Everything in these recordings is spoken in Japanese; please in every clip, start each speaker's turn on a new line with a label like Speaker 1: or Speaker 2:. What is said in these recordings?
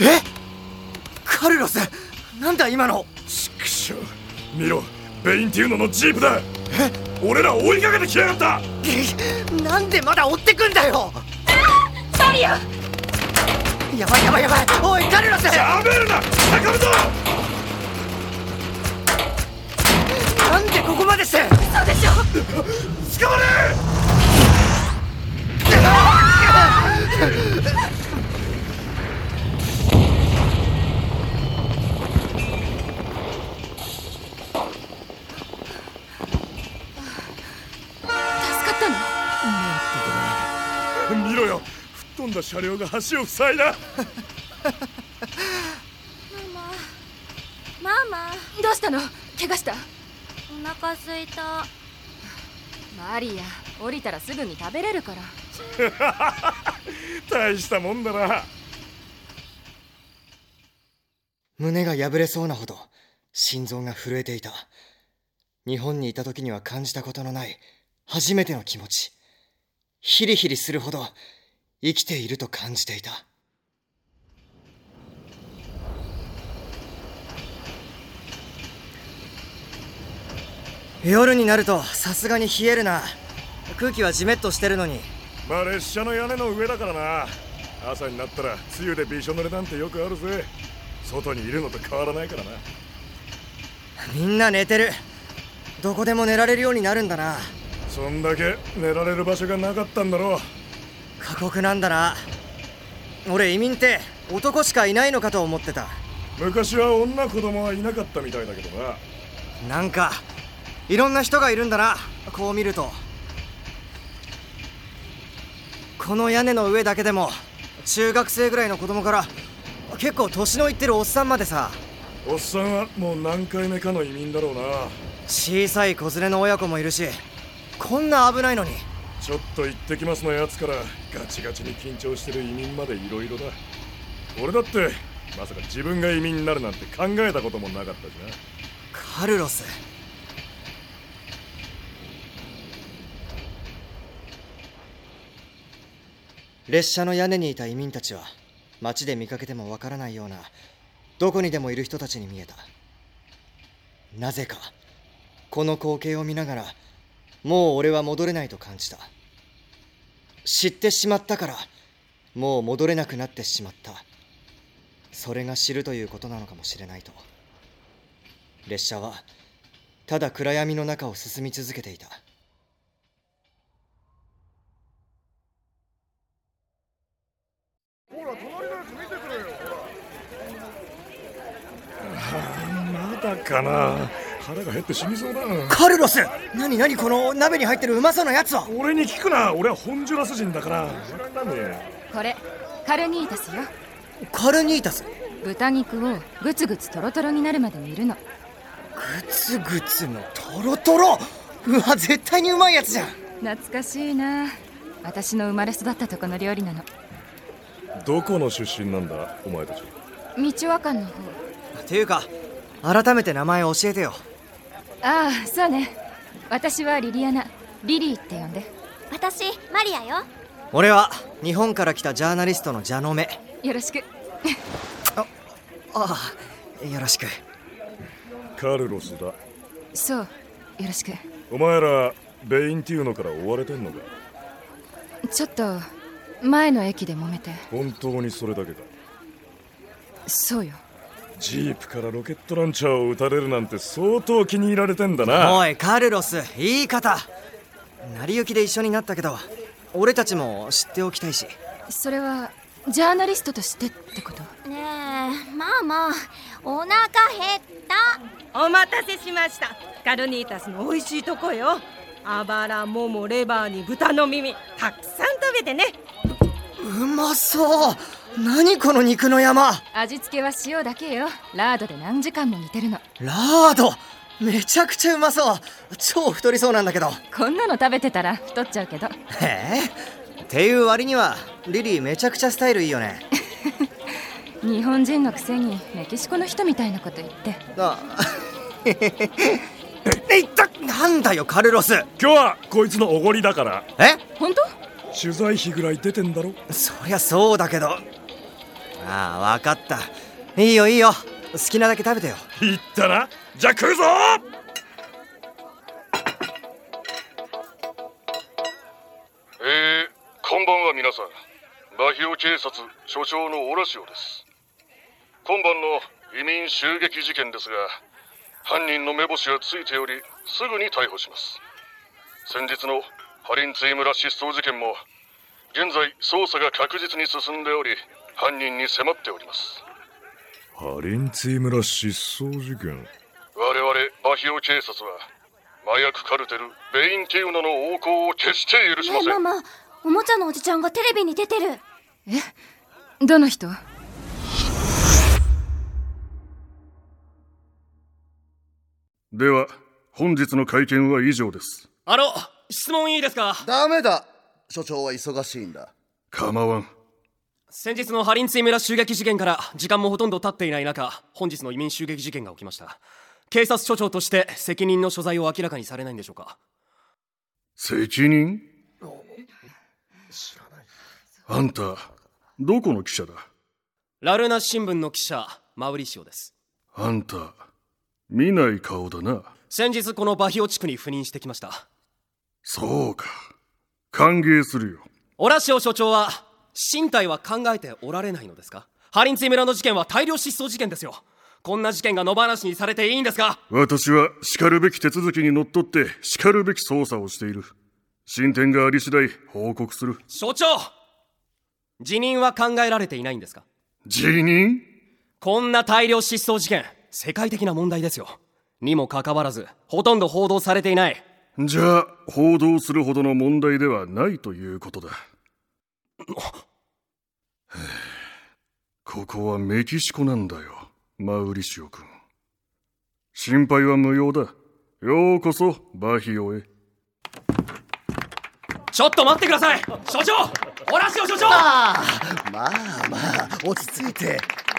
Speaker 1: えカルロスなんだ今の
Speaker 2: 畜生見ろベインティーノのジープだえ俺ら追いかけてきやがった
Speaker 1: ぎなんでまだ追ってくんだよ
Speaker 3: サリア
Speaker 1: やばいやばいやばいおいカルロス
Speaker 2: やめるな高めだ
Speaker 1: なんでここまでして
Speaker 3: 嘘でしょ
Speaker 2: 捕まれ
Speaker 3: 助かったの
Speaker 2: 見ろよ吹っ飛んだ車両が橋を塞いだ
Speaker 4: ママ
Speaker 3: どうしたの怪我した
Speaker 4: お腹すいた
Speaker 3: マリア降りたらすぐに食べれるから
Speaker 2: 大したもんだな
Speaker 1: 胸が破れそうなほど心臓が震えていた日本にいた時には感じたことのない初めての気持ちヒリヒリするほど生きていると感じていた夜になるとさすがに冷えるな空気はジメッとしてるのに
Speaker 2: まあ列車の屋根の上だからな朝になったら梅雨でびしょ濡れなんてよくあるぜ外にいるのと変わらないからな
Speaker 1: みんな寝てるどこでも寝られるようになるんだな
Speaker 2: そんだけ寝られる場所がなかったんだろう
Speaker 1: 過酷なんだな俺移民って男しかいないのかと思ってた
Speaker 2: 昔は女子供はいなかったみたいだけどな
Speaker 1: なんかいろんな人がいるんだなこう見るとこの屋根の上だけでも中学生ぐらいの子供から結構年のいってるおっさんまでさ
Speaker 2: おっさんはもう何回目かの移民だろうな
Speaker 1: 小さい子連れの親子もいるしこんな危ないのに
Speaker 2: ちょっと行ってきますのやつからガチガチに緊張してる移民までいろいろだ俺だってまさか自分が移民になるなんて考えたこともなかったしな
Speaker 1: カルロス列車の屋根にいた移民たちは街で見かけてもわからないようなどこにでもいる人たちに見えたなぜかこの光景を見ながらもう俺は戻れないと感じた知ってしまったからもう戻れなくなってしまったそれが知るということなのかもしれないと列車はただ暗闇の中を進み続けていた
Speaker 2: まだかな腹が減って死にそうだ
Speaker 1: カルロス何何この鍋に入ってるうまそうなやつは
Speaker 2: 俺に聞くな俺はホンジュラス人だから分かんねえ
Speaker 3: これカルニータスよ
Speaker 1: カルニータス
Speaker 3: 豚肉をグツグツトロトロになるまで煮るの
Speaker 1: グツグツのトロトロうわ絶対にうまいやつじゃん
Speaker 3: 懐かしいな私の生まれ育ったとこの料理なの
Speaker 2: どこの出身なんだお前たち
Speaker 3: 道和館の方
Speaker 1: ていうか改めて名前教えてよ
Speaker 3: ああそうね私はリリアナリリーって呼んで
Speaker 4: 私マリアよ
Speaker 1: 俺は日本から来たジャーナリストのジャノメ
Speaker 3: よろしく
Speaker 1: ああよろしく
Speaker 2: カルロスだ
Speaker 3: そうよろしく
Speaker 2: お前らベインティーノから追われてんのか
Speaker 3: ちょっと前の駅で揉めて
Speaker 2: 本当にそれだけか
Speaker 3: そうよ
Speaker 2: ジープからロケットランチャーを撃たれるなんて相当気に入られてんだな
Speaker 1: おいカルロス言い方成り行きで一緒になったけど俺たちも知っておきたいし
Speaker 3: それはジャーナリストとしてってこと
Speaker 4: ねえママお腹減った
Speaker 5: お待たせしましたカルニータスの美味しいとこよあばらももレバーに豚の耳たくさん食べてね
Speaker 1: うまそう何この肉の山
Speaker 3: 味付けは塩だけよラードで何時間も煮てるの
Speaker 1: ラードめちゃくちゃうまそう超太りそうなんだけど
Speaker 3: こんなの食べてたら太っちゃうけど
Speaker 1: へえっていう割にはリリーめちゃくちゃスタイルいいよね
Speaker 3: 日本人のくせにメキシコの人みたいなこと言って
Speaker 1: あ えいったなんだよカルロスえ
Speaker 2: 今日はこいつのおごりだから
Speaker 3: 本当
Speaker 2: 取材費ぐらい出てんだろ
Speaker 1: そりゃそうだけどああ分かったいいよいいよ好きなだけ食べてよ
Speaker 2: 言ったなじゃあ食うぞ
Speaker 6: えー、こんばんは皆さん馬広警察署長のオラシオです今晩の移民襲撃事件ですが犯人の目星はついておりすぐに逮捕します先日のハリンツイ村失踪事件も現在捜査が確実に進んでおり犯人に迫っております
Speaker 2: ハリンツイ村失踪事 件
Speaker 6: 我々馬広警察は麻薬カルテルベインティウナの横行を決して許しま
Speaker 4: ねえ
Speaker 6: せん
Speaker 4: ママおもちゃのおじちゃんがテレビに出てる
Speaker 3: どの人
Speaker 6: では本日の会見は以上です
Speaker 7: あの、質問いいですか
Speaker 8: ダメだ所長は忙しいんだ
Speaker 6: 構わん
Speaker 7: 先日のハリンツイ村襲撃事件から時間もほとんど経っていない中、本日の移民襲撃事件が起きました。警察署長として責任の所在を明らかにされないんでしょうか
Speaker 6: 責任あんたどこの記者だ
Speaker 7: ラルナ新聞の記者、マウリシオです。
Speaker 6: あんた見ない顔だな
Speaker 7: 先日このバヒオ地区に赴任してきました。
Speaker 6: そうか歓迎するよ
Speaker 7: オラシオ署長は、身体は考えておられないのですかハリンツイ村の事件は大量失踪事件ですよ。こんな事件が野放しにされていいんですか
Speaker 6: 私は叱るべき手続きにのっとって叱るべき捜査をしている進展があり次第報告する
Speaker 7: 署長辞任は考えられていないんですか
Speaker 6: 辞任
Speaker 7: こんな大量失踪事件、世界的な問題ですよ。にもかかわらず、ほとんど報道されていない。
Speaker 6: じゃあ報道するほどの問題ではないということ だはあここはメキシコなんだよマウリシオ君心配は無用だようこそバヒオへ
Speaker 7: ちょっと待ってください所長オラシオ所長
Speaker 8: まあまあ落ち着いて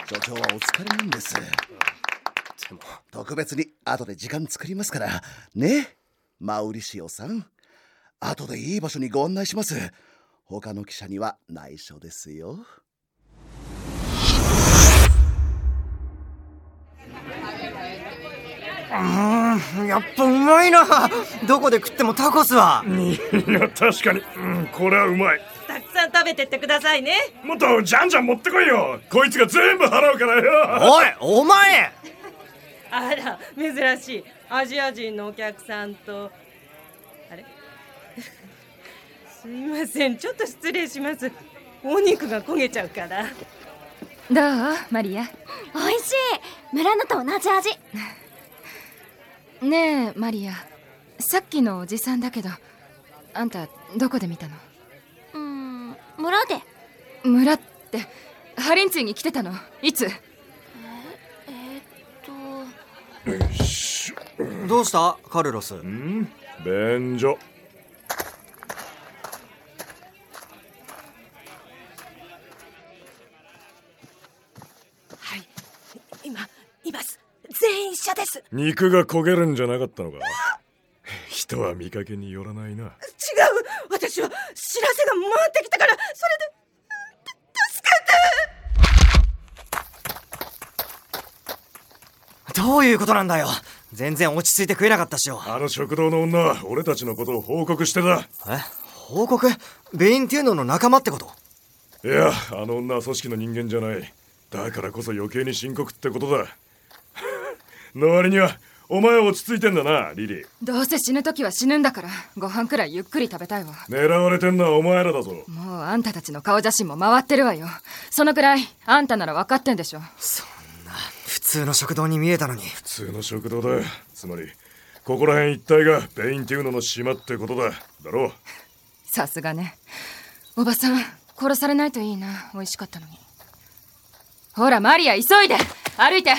Speaker 8: 所長はお疲れなんです
Speaker 7: でも、
Speaker 8: 特別に後で時間作りますからねマウリシオさん後でいい場所にご案内します他の記者には内緒ですよ
Speaker 1: やっぱうまいなどこで食ってもタコスはい
Speaker 2: や確かに、うん、これはうまい
Speaker 5: たくさん食べてってくださいね
Speaker 2: もっとじゃんじゃん持ってこいよこいつが全部払うからよ
Speaker 1: おいお前
Speaker 5: あら珍しいアジア人のお客さんとあれ すいませんちょっと失礼しますお肉が焦げちゃうから
Speaker 3: どうマリア
Speaker 4: 美味しい村のと同じ味
Speaker 3: ねえマリアさっきのおじさんだけどあんたどこで見たの
Speaker 4: うーん村で
Speaker 3: 村ってハリンツイに来てたのいつ
Speaker 4: えーっと
Speaker 1: どうしたカルロス
Speaker 2: 便所
Speaker 5: はい今います全員一緒です
Speaker 2: 肉が焦げるんじゃなかったのか人は見かけによらないな
Speaker 5: 違う私は知らせが回ってきたからそれで
Speaker 1: どういうことなんだよ全然落ち着いて食えなかったしよ
Speaker 2: あの食堂の女は俺たちのことを報告してた
Speaker 1: え報告ベインティーノの仲間ってこと
Speaker 2: いやあの女は組織の人間じゃないだからこそ余計に深刻ってことだ の割にはお前は落ち着いてんだなリリー
Speaker 3: どうせ死ぬ時は死ぬんだからご飯くらいゆっくり食べたいわ
Speaker 2: 狙われてんのはお前らだぞ
Speaker 3: もうあんたたちの顔写真も回ってるわよそのくらいあんたなら分かってんでしょ
Speaker 1: 普通の食堂に見えたのに
Speaker 2: 普通の食堂だつまりここら辺一帯がベインティウノの島ってことだだろう
Speaker 3: さすがねおばさん殺されないといいな美味しかったのにほらマリア急いで歩いて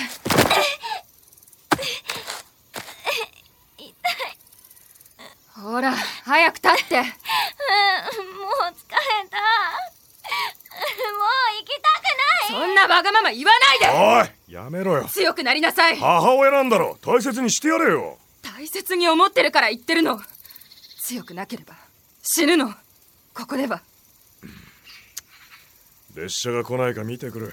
Speaker 3: ほら早く立って
Speaker 4: うんもう疲れたもう行きたくな
Speaker 3: そ
Speaker 4: い
Speaker 3: んなわがまま言わないで
Speaker 2: おいやめろよ
Speaker 3: 強くなりなさい
Speaker 2: 母親なんだろ大切にしてやれよ
Speaker 3: 大切に思ってるから言ってるの強くなければ死ぬのここでは
Speaker 2: 列車が来ないか見てくる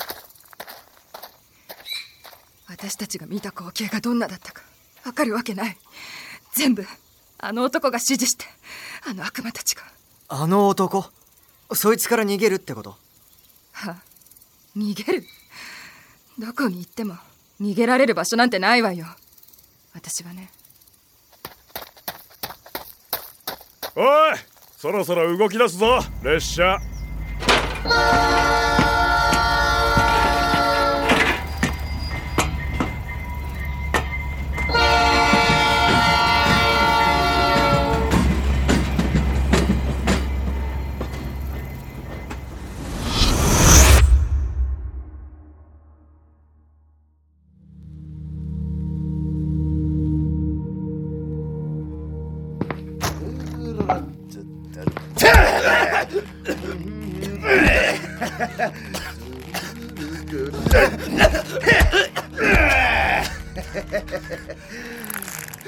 Speaker 3: 私たちが見た光景がどんなだったかわかるわけない全部あの男が指示してあの悪魔たちが
Speaker 1: あの男そいつから逃げるってこと
Speaker 3: はあ逃げるどこに行っても逃げられる場所なんてないわよ私はね
Speaker 2: おいそろそろ動き出すぞ列車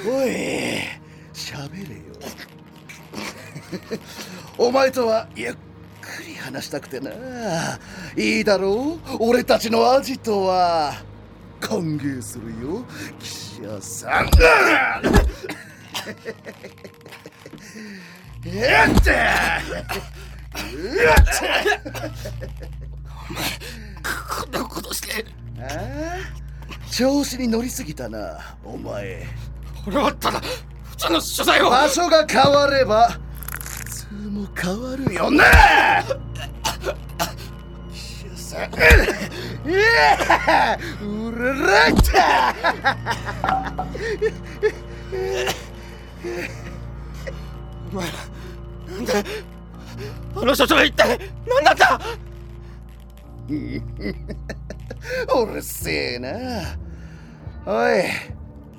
Speaker 8: おい喋れよお前とはゆっくり話したくてないいだろう俺たちのアジトは歓迎するよ岸谷さんやったやった
Speaker 7: こんなことして
Speaker 8: ああ調子に乗りすぎたなお前
Speaker 7: 俺はただ普通の所在を
Speaker 8: 場所が変われば普通も変わる よな岸谷さんうええうららいた
Speaker 7: あの所長は一体何なんだ
Speaker 8: うるせえなおい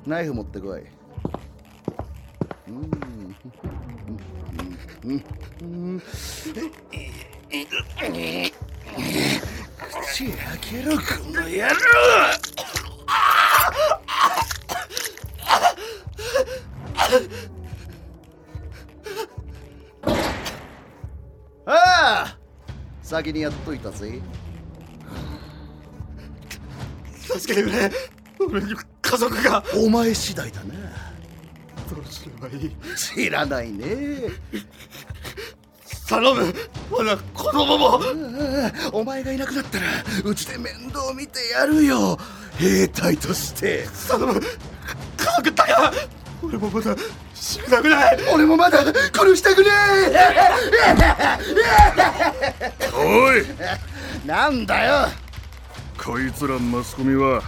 Speaker 8: ナイフ持ってこいうん口開けろこの野郎ああ先にやっといたぜ
Speaker 7: 助けてくれ俺に家族が
Speaker 8: お前次第だな
Speaker 7: どうすればいい
Speaker 8: 知らないね
Speaker 7: 頼むまだ子供も
Speaker 8: ああお前がいなくなったらうちで面倒見てやるよ兵隊として
Speaker 7: 頼む家族だから俺もまだ死にたくない
Speaker 8: 俺もまだ殺したくね
Speaker 2: おい
Speaker 8: えなんだよ
Speaker 2: こいつらマスコミは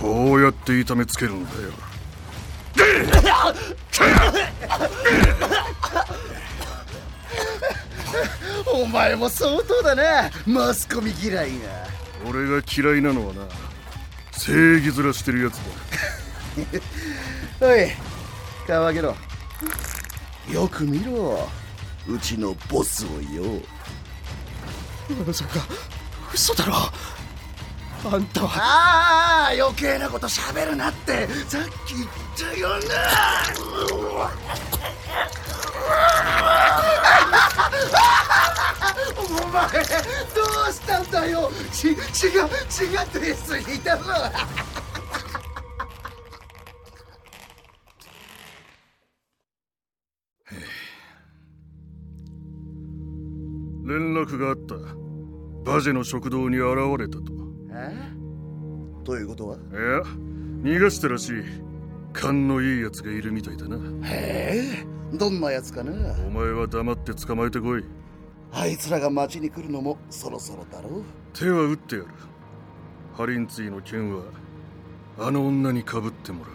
Speaker 2: こうやって痛めつけるんだよ
Speaker 8: お前も相当だなマスコミ嫌いが
Speaker 2: 俺が嫌いなのはな正義面してるやつだ
Speaker 8: おい顔上げろよく見ろうちのボスをよ
Speaker 7: まさか嘘だろあんたは
Speaker 8: ああ余計なこと喋るなってさっき言ったよなお前どうしたんだよち違う違う出過ぎだろ
Speaker 2: 連絡があったバジェの食堂に現れたと
Speaker 8: どういうことはい
Speaker 2: や逃がしたらしい勘のいいやつがいるみたいだな
Speaker 8: へえどんなやつかな
Speaker 2: お前は黙って捕まえてこい
Speaker 8: あいつらが町に来るのもそろそろだろ
Speaker 2: 手は打ってやるハリンツィの件はあの女にかぶってもら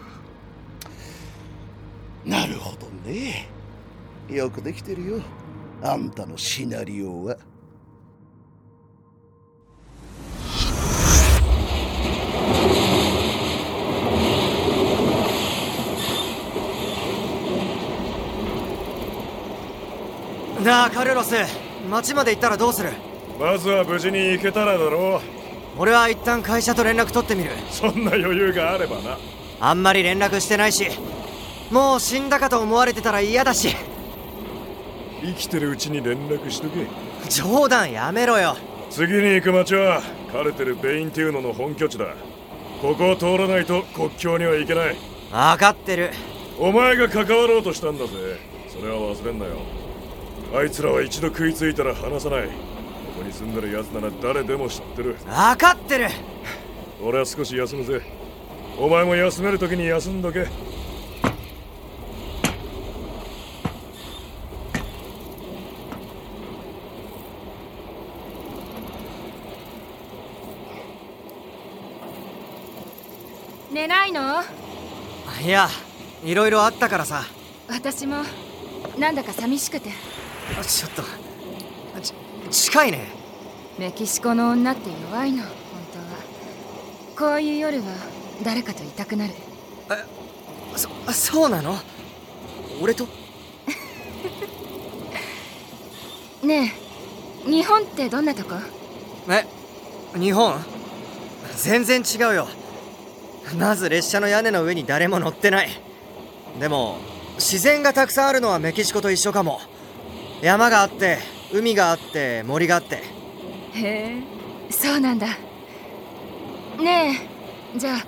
Speaker 2: う
Speaker 8: なるほどねよくできてるよあんたのシナリオは
Speaker 1: なあカルロス町まで行ったらどうする
Speaker 2: まずは無事に行けたらだろう
Speaker 1: 俺は一旦会社と連絡取ってみる
Speaker 2: そんな余裕があればな
Speaker 1: あんまり連絡してないしもう死んだかと思われてたら嫌だし
Speaker 2: 生きてるうちに連絡しとけ
Speaker 1: 冗談やめろよ
Speaker 2: 次に行く町はカルテル・ベインテューノの本拠地だここを通らないと国境には行けない
Speaker 1: 分かってる
Speaker 2: お前が関わろうとしたんだぜそれは忘れんなよあいつらは一度食いついたら離さないここに住んでる奴なら誰でも知ってる
Speaker 1: 分かってる
Speaker 2: 俺は少し休むぜお前も休める時に休んどけ
Speaker 3: 寝ないの
Speaker 1: いやいろいろあったからさ
Speaker 3: 私もなんだか寂しくて
Speaker 1: あちょっとち近いね
Speaker 3: メキシコの女って弱いの本当はこういう夜は誰かといたくなる
Speaker 1: そそうなの俺と
Speaker 3: ねえ日本ってどんなとこ
Speaker 1: え日本全然違うよまず列車の屋根の上に誰も乗ってないでも自然がたくさんあるのはメキシコと一緒かも山があって海があって森があって
Speaker 3: へえそうなんだねえじゃあ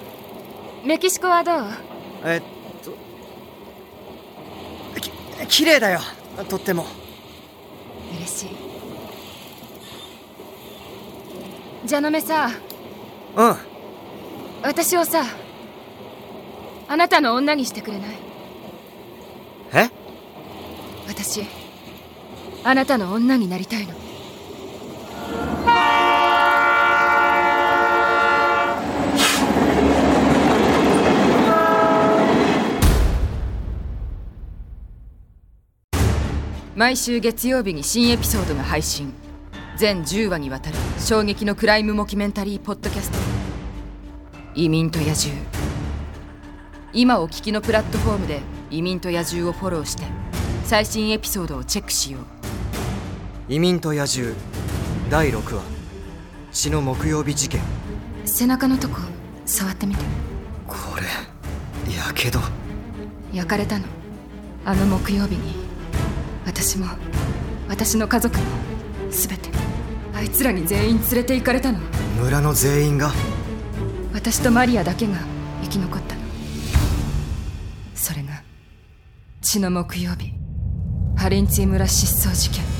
Speaker 3: メキシコはどう
Speaker 1: えっとき綺麗だよとっても
Speaker 3: 嬉しいじゃのめさ
Speaker 1: うん
Speaker 3: 私をさあなたの女にしてくれない
Speaker 1: え
Speaker 3: 私あなたの女になりたいの毎週月曜日に新エピソードが配信全10話にわたる衝撃のクライムモキュメンタリーポッドキャスト「移民と野獣」今お聞きのプラットフォームで「移民と野獣」をフォローして最新エピソードをチェックしよう
Speaker 1: 移民と野獣第6話血の木曜日事件
Speaker 3: 背中のとこ触ってみて
Speaker 1: これやけど
Speaker 3: 焼かれたのあの木曜日に私も私の家族も全てあいつらに全員連れて行かれたの
Speaker 1: 村の全員が
Speaker 3: 私とマリアだけが生き残ったのそれが血の木曜日ハリンツィ村失踪事件